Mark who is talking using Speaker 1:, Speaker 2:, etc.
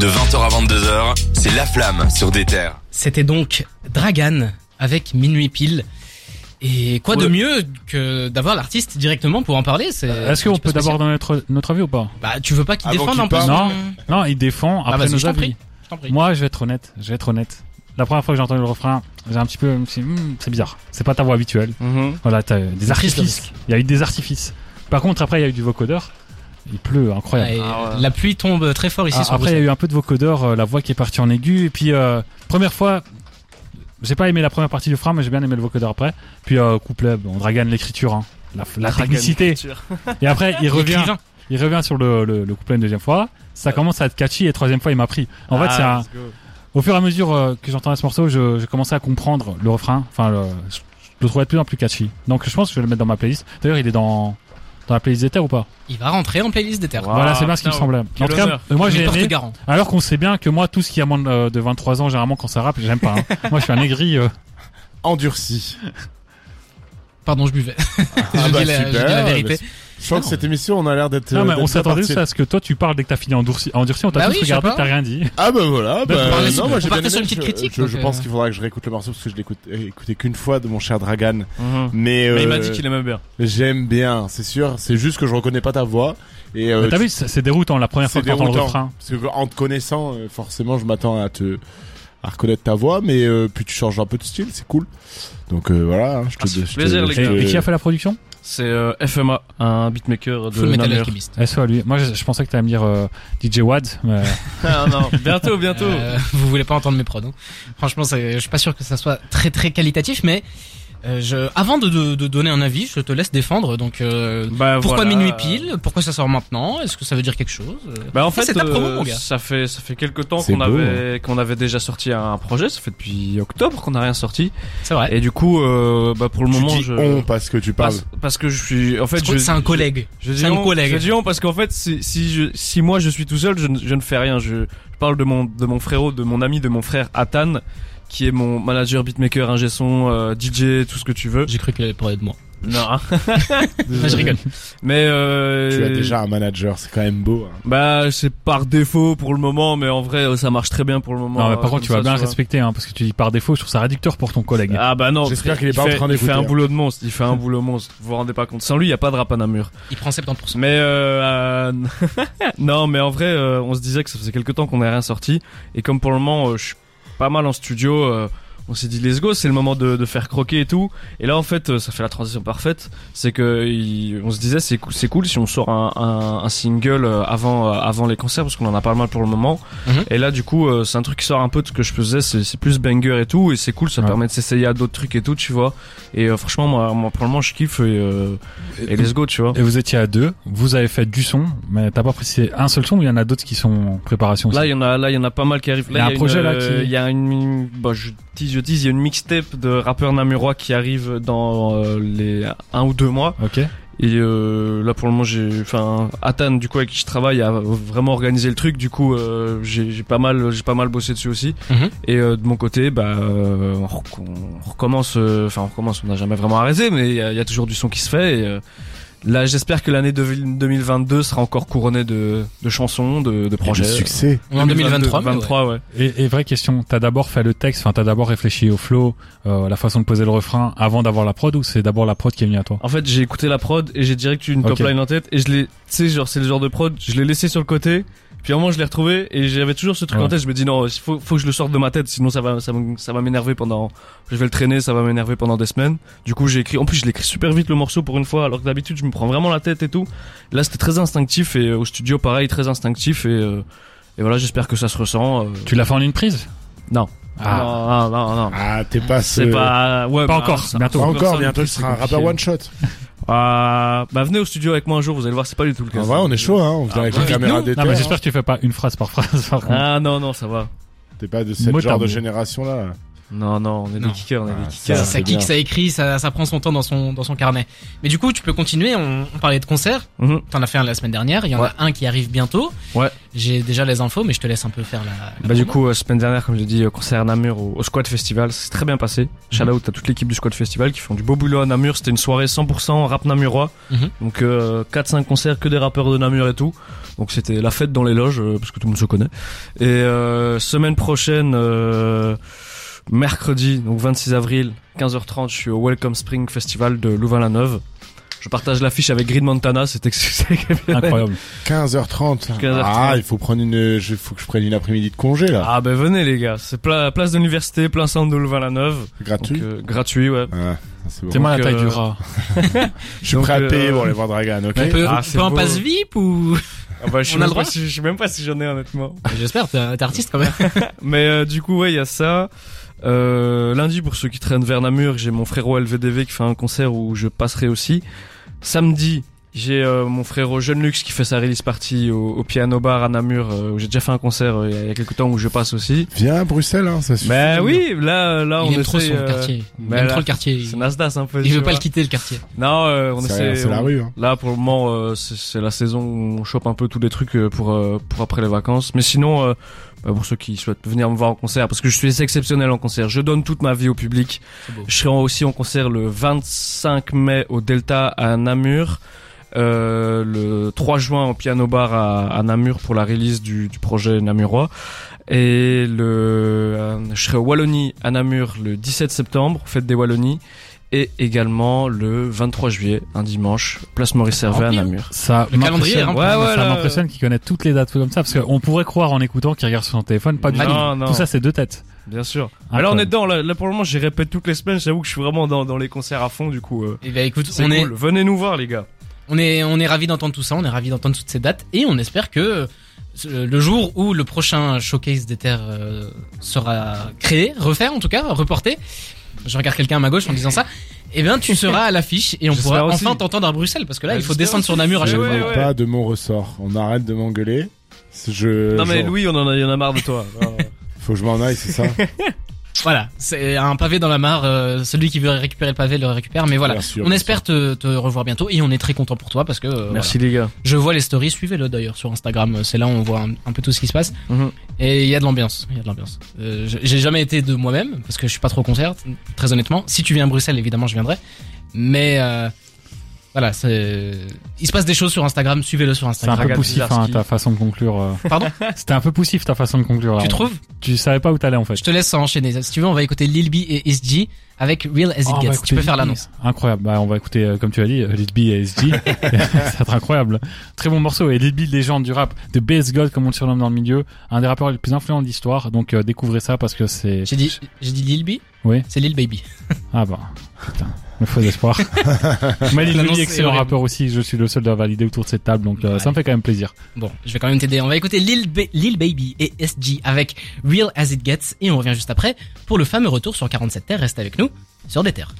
Speaker 1: De 20h à 22h, c'est La Flamme sur des terres.
Speaker 2: C'était donc Dragan avec Minuit Pile. Et quoi de
Speaker 3: Ouais.
Speaker 2: mieux que d'avoir l'artiste directement pour en parler C'est
Speaker 3: Euh, Est-ce
Speaker 2: un
Speaker 3: qu'on
Speaker 2: petit peu
Speaker 3: peut d'abord
Speaker 2: spécial.
Speaker 3: donner notre, notre avis ou pas
Speaker 2: Bah, tu veux pas qu'il
Speaker 1: Avant
Speaker 2: défende
Speaker 1: qu'il
Speaker 2: un peu
Speaker 1: parle.
Speaker 2: son-
Speaker 3: Non. Non, il défend
Speaker 2: Ah,
Speaker 3: après
Speaker 2: vas-y,
Speaker 3: nos
Speaker 2: je t'en
Speaker 3: avis.
Speaker 2: prie. Je t'en prie.
Speaker 3: Moi, je vais être honnête. Je vais être honnête. La première fois que j'ai entendu le refrain, j'ai un petit peu. je me suis dit, Hmm, c'est bizarre. C'est pas ta voix habituelle. Voilà, t'as euh, des
Speaker 2: Mhm. triste
Speaker 3: artifices. Il y a eu des artifices. Par contre, après, il y a eu du vocodeur. Il pleut, incroyable.
Speaker 2: Et
Speaker 1: Ah ouais.
Speaker 2: La pluie tombe très fort ici
Speaker 3: Ah,
Speaker 2: sur
Speaker 3: après, il y a
Speaker 2: Bruxelles.
Speaker 3: eu un peu de vocodeur, euh, la voix qui est partie en aigu. Et puis, euh, première fois, j'ai pas aimé la première partie du refrain, mais j'ai bien aimé le vocodeur après. Puis, euh, couplet, on dragane l'écriture, hein. la, la technicité. Et après, il revient,
Speaker 2: Écrivain.
Speaker 3: il revient sur le, le, le couplet une deuxième fois. Ça commence à être catchy et troisième fois, il m'a pris. En
Speaker 4: Ah,
Speaker 3: fait, c'est un- au fur et à mesure euh, que j'entendais ce morceau, je, je commençais à comprendre le refrain. Enfin, le, je, je le trouvais de plus en plus catchy. Donc, je pense que je vais le mettre dans ma playlist. D'ailleurs, il est dans, dans la playlist d'Ether ou pas
Speaker 2: Il va rentrer en playlist des terres.
Speaker 5: Wow.
Speaker 3: Voilà,
Speaker 5: Ah,
Speaker 3: c'est bien ce qu'il me
Speaker 5: putain,
Speaker 3: semblait.
Speaker 5: quel
Speaker 3: En tout cas, euh,
Speaker 5: honneur.
Speaker 3: moi, j'ai
Speaker 2: porte
Speaker 3: aimé.
Speaker 2: garant.
Speaker 3: Alors qu'on sait bien que moi, tout ce qui a moins de, euh, de 23 ans, généralement, quand ça rappe, j'aime pas. hein. moi, je suis un aigri. euh.
Speaker 5: Endurci.
Speaker 2: Pardon, je buvais. je,
Speaker 5: Ah bah,
Speaker 2: dis la, je dis
Speaker 5: super,
Speaker 2: la
Speaker 5: bah,
Speaker 2: vérité.
Speaker 5: Je crois
Speaker 2: Ah
Speaker 5: que
Speaker 2: non.
Speaker 5: cette émission, on a l'air d'être.
Speaker 3: Non,
Speaker 5: euh,
Speaker 3: mais
Speaker 5: d'être
Speaker 3: on s'attendait
Speaker 5: bien
Speaker 3: juste à ce que toi, tu parles dès que t'as fini endurci. endurci on t'a
Speaker 2: Bah
Speaker 3: tous
Speaker 2: oui, je sais
Speaker 3: regardé,
Speaker 2: pas.
Speaker 3: t'as rien dit.
Speaker 5: parti. Ah bah voilà.
Speaker 3: Bah,
Speaker 5: Bah,
Speaker 3: on parlait
Speaker 5: non,
Speaker 3: sur-
Speaker 5: moi, j'ai
Speaker 2: on partait
Speaker 5: bien aimé,
Speaker 2: sur une petite
Speaker 5: je-
Speaker 2: critique,
Speaker 5: Je,
Speaker 2: donc,
Speaker 5: je
Speaker 2: euh,
Speaker 5: pense qu'il faudra que je réécoute le morceau parce que je l'ai écoute- écouté qu'une fois de mon cher Dragan.
Speaker 4: Mhm.
Speaker 5: Mais,
Speaker 4: Mais il m'a
Speaker 5: euh,
Speaker 4: dit qu'il aimait bien.
Speaker 5: j'aime bien, c'est sûr. C'est juste que je reconnais pas ta voix. Et euh,
Speaker 3: Mais Bah, T'as vu, c'est c'est déroutant la première fois
Speaker 5: C'est
Speaker 3: que t'entends le
Speaker 5: déroutant.
Speaker 3: refrain.
Speaker 5: Parce que en te connaissant, euh, forcément, je m'attends à te à reconnaître ta voix, mais euh, puis tu changes un peu de style, c'est cool. Donc euh, voilà, hein, je te
Speaker 4: Ah, ça fait
Speaker 5: je te-
Speaker 4: plaisir, les
Speaker 5: je
Speaker 3: Et,
Speaker 4: gars.
Speaker 5: te-
Speaker 3: et qui a fait la production
Speaker 4: C'est euh, FMA, un beatmaker de
Speaker 2: Full Metal
Speaker 4: Namur.
Speaker 2: Alchemist.
Speaker 3: SO à Eh, lui. Moi, je, je pensais que t'allais me dire euh, DJ Wad. Mais...
Speaker 4: Ah, non. Bientôt, bientôt.
Speaker 2: Euh, vous voulez pas entendre mes prods. hein. Franchement, c'est- je suis pas sûr que ça soit très très qualitatif, mais euh, je, avant de, de- de donner un avis, je te laisse défendre. Donc, euh,
Speaker 4: Bah,
Speaker 2: pourquoi
Speaker 4: voilà.
Speaker 2: minuit pile Pourquoi ça sort maintenant Est-ce que ça veut dire quelque chose
Speaker 4: Bah en
Speaker 2: Ça,
Speaker 4: fait,
Speaker 2: c'est ta promo,
Speaker 4: euh,
Speaker 2: mon gars.
Speaker 4: ça fait ça fait quelques temps
Speaker 5: C'est
Speaker 4: qu'on
Speaker 5: beau,
Speaker 4: avait qu'on avait déjà sorti un projet. Ça fait depuis octobre qu'on n'a rien sorti.
Speaker 2: C'est vrai.
Speaker 4: Et du coup, euh, bah pour le
Speaker 5: tu
Speaker 4: moment,
Speaker 5: dis
Speaker 4: je
Speaker 5: on parce que tu parles.
Speaker 4: parce, parce que je suis en fait je-
Speaker 2: c'est un collègue.
Speaker 4: Je dis
Speaker 2: C'est un
Speaker 4: non,
Speaker 2: collègue.
Speaker 4: Je dis non parce qu'en fait, si, si, je, si moi je suis tout seul, je, ne- je ne fais rien. Je, je parle de mon, de mon frérot, de mon ami, de mon frère Atan, qui est mon manager, beatmaker, ingé son, euh, DJ, tout ce que tu veux.
Speaker 2: J'ai cru qu'il allait parler de moi.
Speaker 4: Non, hein.
Speaker 2: Ah, je rigole.
Speaker 4: mais euh,
Speaker 5: Tu as déjà un manager, c'est quand même beau. hein.
Speaker 4: Bah, c'est par défaut pour le moment, mais en vrai, euh, ça marche très bien pour le moment.
Speaker 3: non, mais
Speaker 4: euh,
Speaker 3: par contre,
Speaker 4: comme
Speaker 3: tu vas
Speaker 4: ça,
Speaker 3: bien
Speaker 4: vois.
Speaker 3: respecter, hein, parce que tu dis par défaut, je trouve ça réducteur pour ton collègue.
Speaker 4: Ah bah non,
Speaker 5: J'espère
Speaker 4: parce
Speaker 5: qu'il est
Speaker 4: il
Speaker 5: pas en
Speaker 4: fait-
Speaker 5: train
Speaker 4: Il
Speaker 5: d'écouter,
Speaker 4: fait un
Speaker 5: hein.
Speaker 4: boulot de monstre, il fait un boulot de monstre. Vous vous rendez pas compte. Sans lui, il y a pas de rap à Namur.
Speaker 2: Il prend 70%.
Speaker 4: Mais euh, euh, non, mais en vrai, euh, on se disait que ça faisait quelques temps qu'on n'avait rien sorti. Et comme pour le moment, euh, je suis pas mal en studio, euh, on s'est dit let's go, c'est le moment de, de faire croquer et tout. Et là, en fait, euh, ça fait la transition parfaite. C'est que il- on se disait c'est cou- c'est cool si on sort un, un- un single euh, avant euh, avant les concerts parce qu'on en a pas mal pour le moment.
Speaker 2: Mhm.
Speaker 4: Et là, du coup, euh, c'est un truc qui sort un peu de ce que je faisais. C'est c'est plus banger et tout, et c'est cool. Ça
Speaker 3: Ouais.
Speaker 4: permet de s'essayer à d'autres trucs et tout, tu vois. Et euh, franchement, moi, moi, pour le moment, je kiffe. Et, euh, et let's go, tu vois.
Speaker 3: Et vous étiez à deux, vous avez fait du son, mais t'as pas précisé un seul son ou il y en a d'autres qui sont en préparation aussi
Speaker 4: Là, il y en a, là, il y en a pas mal qui arrivent.
Speaker 3: Il y a un
Speaker 4: une,
Speaker 3: projet, là,
Speaker 4: euh,
Speaker 3: qui-
Speaker 4: Il y a une, bah, je tease, je tease, il y a une mixtape de rappeurs namurois qui arrive dans euh, les un ou deux mois.
Speaker 3: Ok.
Speaker 4: Et euh, là, pour le moment, j'ai, enfin, Atan, du coup, avec qui je travaille, a vraiment organisé le truc. Du coup, euh, j'ai j'ai pas mal, j'ai pas mal bossé dessus aussi.
Speaker 2: Mhm.
Speaker 4: Et euh, de mon côté, bah, euh, on, rec- on recommence. euh, Enfin, on recommence. On n'a jamais vraiment arrêté, mais il y, a- il y a toujours du son qui se fait. Et, euh, Là, j'espère que l'année 2022 sera encore couronnée de, de chansons, de, de
Speaker 5: Et le
Speaker 4: projets.
Speaker 5: succès.
Speaker 2: On est en 2023. mais ouais.
Speaker 4: 23, ouais.
Speaker 3: Et, et vraie question, t'as d'abord fait le texte, enfin t'as d'abord réfléchi au flow, euh, à la façon de poser le refrain avant d'avoir la prod ou c'est d'abord la prod qui est venue à toi
Speaker 4: En fait, j'ai écouté la prod et j'ai direct eu une
Speaker 3: Ok.
Speaker 4: top line en tête et je l'ai, tu sais, genre c'est le genre de prod, je l'ai laissé sur le côté. Puis à un moment, je l'ai retrouvé et j'avais toujours ce truc
Speaker 3: Ouais.
Speaker 4: en tête. Je me dis non, il faut, faut que je le sorte de ma tête, sinon ça va, ça, va- ça va m'énerver pendant. Je vais le traîner, ça va m'énerver pendant des semaines. Du coup, j'ai écrit. En plus, je l'écris super vite le morceau pour une fois, alors que d'habitude, je me prends vraiment la tête et tout. Là, c'était très instinctif et euh, au studio, pareil, très instinctif et. euh, et voilà, j'espère que ça se ressent. euh.
Speaker 3: Tu l'as fait en une prise
Speaker 4: Non.
Speaker 3: Ah. Euh,
Speaker 4: Non, non, non, non.
Speaker 5: Ah, t'es pas ce-
Speaker 4: C'est pas. Ouais,
Speaker 3: Pas
Speaker 4: bah,
Speaker 3: encore,
Speaker 4: ça-
Speaker 5: Pas
Speaker 3: bientôt.
Speaker 5: encore,
Speaker 4: personne,
Speaker 5: bientôt
Speaker 4: plus,
Speaker 5: tu seras un
Speaker 4: c'est compliqué.
Speaker 5: rappeur one shot.
Speaker 4: Ah, bah venez au studio avec moi un jour, vous allez voir, c'est pas du tout le cas.
Speaker 5: En vrai, on est chaud, hein. On vient avec la
Speaker 2: ouais.
Speaker 5: caméra
Speaker 2: Non,
Speaker 5: d'été. hein.
Speaker 3: Non mais j'espère que tu fais pas une phrase par phrase par contre.
Speaker 4: Ah non, non, ça va.
Speaker 5: T'es pas de cette
Speaker 3: Mot à
Speaker 5: genre de
Speaker 3: mot.
Speaker 5: génération là.
Speaker 4: Non, non, on est
Speaker 2: Non.
Speaker 4: des kickers, on est
Speaker 5: Ouais,
Speaker 4: des
Speaker 5: Ah,
Speaker 2: ça,
Speaker 4: kickers.
Speaker 2: ça
Speaker 5: c'est
Speaker 2: kick,
Speaker 5: bien.
Speaker 2: ça écrit, ça, ça prend son temps dans son, dans son carnet. Mais du coup, tu peux continuer. On, on parlait de concerts.
Speaker 4: Mhm.
Speaker 2: T'en as fait un la semaine dernière. Il y en
Speaker 4: Ouais.
Speaker 2: a un qui arrive bientôt.
Speaker 4: Ouais.
Speaker 2: J'ai déjà les infos, mais je te laisse un peu faire la. la
Speaker 4: Bah du
Speaker 2: promo.
Speaker 4: coup, euh, semaine dernière, comme j'ai dit, euh, concert à Namur au, au Squad Festival, c'est très bien passé. Shout out à toute l'équipe du Squad Festival qui font du beau boulot à Namur. C'était une soirée 100% rap namurois.
Speaker 2: Mhm.
Speaker 4: Donc euh, 4-5 concerts, que des rappeurs de Namur et tout. Donc c'était la fête dans les loges, euh, parce que tout le monde se connaît. Et euh, semaine prochaine, euh, mercredi, donc 26 avril, 15h30, je suis au Welcome Spring Festival de Louvain-la-Neuve. Je partage l'affiche avec Green Montana, c'est ex-
Speaker 3: Incroyable.
Speaker 5: 15h30.
Speaker 4: 15h30.
Speaker 5: Ah, il faut prendre une, je, faut que je prenne une après-midi de congé, là.
Speaker 4: Ah ben venez les gars, c'est pla- place de l'université, plein centre de Louvain-la-Neuve.
Speaker 5: Ah,
Speaker 4: Donc,
Speaker 5: Gratuit.
Speaker 4: euh, gratuit, ouais.
Speaker 5: Ah, c'est bon.
Speaker 3: C'est moi la
Speaker 4: Donc,
Speaker 3: taille du
Speaker 4: euh,
Speaker 3: rat.
Speaker 5: Je suis
Speaker 4: donc,
Speaker 5: prêt à
Speaker 4: euh,
Speaker 5: payer pour aller voir Dragan, ok?
Speaker 2: On peut,
Speaker 4: Ah,
Speaker 2: on
Speaker 4: c'est
Speaker 2: peut en
Speaker 4: beau.
Speaker 2: passe VIP ou
Speaker 4: Ah bah, je sais
Speaker 2: On a
Speaker 4: même
Speaker 2: le droit
Speaker 4: pas si- Je sais même pas si j'en ai honnêtement.
Speaker 2: J'espère. T'es t'es artiste quand même.
Speaker 4: Mais euh, du coup, ouais, il y a ça. Euh, lundi, pour ceux qui traînent vers Namur, j'ai mon frérot LVDV qui fait un concert où je passerai aussi. Samedi, j'ai euh, mon frérot Jeune Lux qui fait sa release party au, au Piano Bar à Namur, euh, où j'ai déjà fait un concert euh, il y a- il y a quelques temps où je passe aussi.
Speaker 5: Viens à Bruxelles, hein, ça suffit.
Speaker 4: Mais oui, là, là, on
Speaker 2: Il aime trop
Speaker 4: essaie,
Speaker 2: son
Speaker 4: euh,
Speaker 2: quartier. Il
Speaker 4: mais
Speaker 2: aime
Speaker 4: là,
Speaker 2: trop le quartier.
Speaker 4: C'est
Speaker 2: Il,
Speaker 4: Nasdaq un peu.
Speaker 2: il
Speaker 4: tu
Speaker 2: veut pas
Speaker 4: vois.
Speaker 2: le quitter le quartier.
Speaker 4: Non, euh, on
Speaker 5: C'est
Speaker 4: essaie.
Speaker 5: c'est la
Speaker 4: on-
Speaker 5: rue, hein.
Speaker 4: Là, pour le moment, euh, c'est c'est la saison où on chope un peu tous les trucs euh, pour, euh, pour après les vacances. Mais sinon, euh, bah, pour ceux qui souhaitent venir me voir en concert, parce que je suis exceptionnel en concert, je donne toute ma vie au public.
Speaker 2: C'est beau.
Speaker 4: Je serai aussi en concert le 25 mai au Delta à Namur. euh, le 3 juin au piano bar à, à Namur pour la release du, du projet Namurois et le euh, je serai au Wallonie à Namur le 17 septembre fête des Wallonies et également le 23 juillet un dimanche place Maurice Servet à
Speaker 2: Rempli, hein.
Speaker 4: Namur
Speaker 3: Ça
Speaker 2: Le calendrier est
Speaker 3: m'impressionne.
Speaker 2: rempli.
Speaker 4: Ouais, ouais,
Speaker 3: ça
Speaker 4: là.
Speaker 3: m'impressionne qu'ils connaissent toutes les dates comme ça parce qu'on pourrait croire en écoutant qu'ils regardent sur son téléphone, pas du
Speaker 4: Non,
Speaker 3: tout.
Speaker 4: non.
Speaker 3: Tout ça c'est deux têtes.
Speaker 4: Bien sûr. Alors on est dedans. Là, là, pour le moment, j'y répète toutes les semaines. J'avoue que je suis vraiment dans, dans les concerts à fond. Du coup, euh,
Speaker 2: Eh ben écoute,
Speaker 4: c'est
Speaker 2: on est,
Speaker 4: cool. Venez nous voir, les gars.
Speaker 2: On est, on est ravis d'entendre tout ça, on est ravis d'entendre toutes ces dates et on espère que euh, le jour où le prochain showcase des terres euh, sera créé, refait en tout cas, reporté, je regarde quelqu'un à ma gauche en disant ça, eh bien tu seras à l'affiche et on
Speaker 4: J'espère
Speaker 2: pourra
Speaker 4: aussi.
Speaker 2: enfin t'entendre à Bruxelles parce que là
Speaker 4: Ouais,
Speaker 2: il faut
Speaker 4: j'espère
Speaker 2: descendre
Speaker 4: aussi.
Speaker 2: sur Namur à
Speaker 4: Mais
Speaker 2: chaque
Speaker 4: ouais,
Speaker 2: fois.
Speaker 5: Vraiment
Speaker 4: ouais.
Speaker 5: Pas de mon ressort. On arrête de m'engueuler. Je,
Speaker 4: non mais
Speaker 5: genre,
Speaker 4: Louis, on en a, il y en a marre de toi. Non, non.
Speaker 5: Faut que je m'en aille, c'est ça?
Speaker 2: Voilà, c'est un pavé dans la mare, euh, celui qui veut récupérer le pavé le récupère, mais voilà.
Speaker 5: Bien sûr,
Speaker 2: on
Speaker 5: bien
Speaker 2: espère te, te revoir bientôt et on est très content pour toi parce que euh,
Speaker 4: Merci les gars.
Speaker 2: voilà. je vois les stories, suivez-le d'ailleurs sur Instagram, euh, c'est là où on voit un- un peu tout ce qui se passe.
Speaker 4: Mhm.
Speaker 2: Et il y a de l'ambiance, il y a de l'ambiance. Euh, j- j'ai jamais été de moi-même parce que je suis pas trop au concert, très honnêtement. Si tu viens à Bruxelles, évidemment, je viendrai. Mais euh, voilà, c'est... il se passe des choses sur Instagram. Suivez-le sur
Speaker 3: C'est un
Speaker 2: Instagram.
Speaker 3: peu
Speaker 4: Dragan
Speaker 3: poussif hein,
Speaker 4: Bizarski.
Speaker 3: ta façon de conclure. euh.
Speaker 2: Pardon
Speaker 3: C'était un peu poussif ta façon de conclure. là.
Speaker 2: Tu trouves
Speaker 3: Tu savais pas où t'allais en fait.
Speaker 2: Je te laisse enchaîner. Si tu veux, on va écouter Lil B et SG avec Real as it
Speaker 3: Oh, on va
Speaker 2: gets.
Speaker 3: écouter
Speaker 2: Tu peux faire
Speaker 3: Lil B.
Speaker 2: l'annonce.
Speaker 3: Incroyable. Bah, on va écouter, euh, comme tu as dit, euh, Lil B et SG. ça va être incroyable. Très bon morceau. Et Lil B, légende du rap. The Best God, comme on le surnomme dans le milieu. Un des rappeurs les plus influents de l'histoire. Donc, euh, découvrez ça parce que c'est...
Speaker 2: J'ai dit, j'ai dit Lil B.
Speaker 3: Oui.
Speaker 2: C'est Lil Baby.
Speaker 3: Ah bah, putain. Le faux espoir. Mais Lil
Speaker 2: L'annonce
Speaker 3: B,
Speaker 2: est
Speaker 3: excellent
Speaker 2: horrible.
Speaker 3: rappeur aussi. Je suis le seul à valider autour de cette table. Donc, euh,
Speaker 2: Ouais.
Speaker 3: ça me fait quand même plaisir.
Speaker 2: Bon, je vais quand même t'aider. On va écouter Lil, Ba- Lil Baby et SG avec Real as it gets et on revient juste après pour le fameux retour sur 47 Terres. Reste avec nous sur des terres.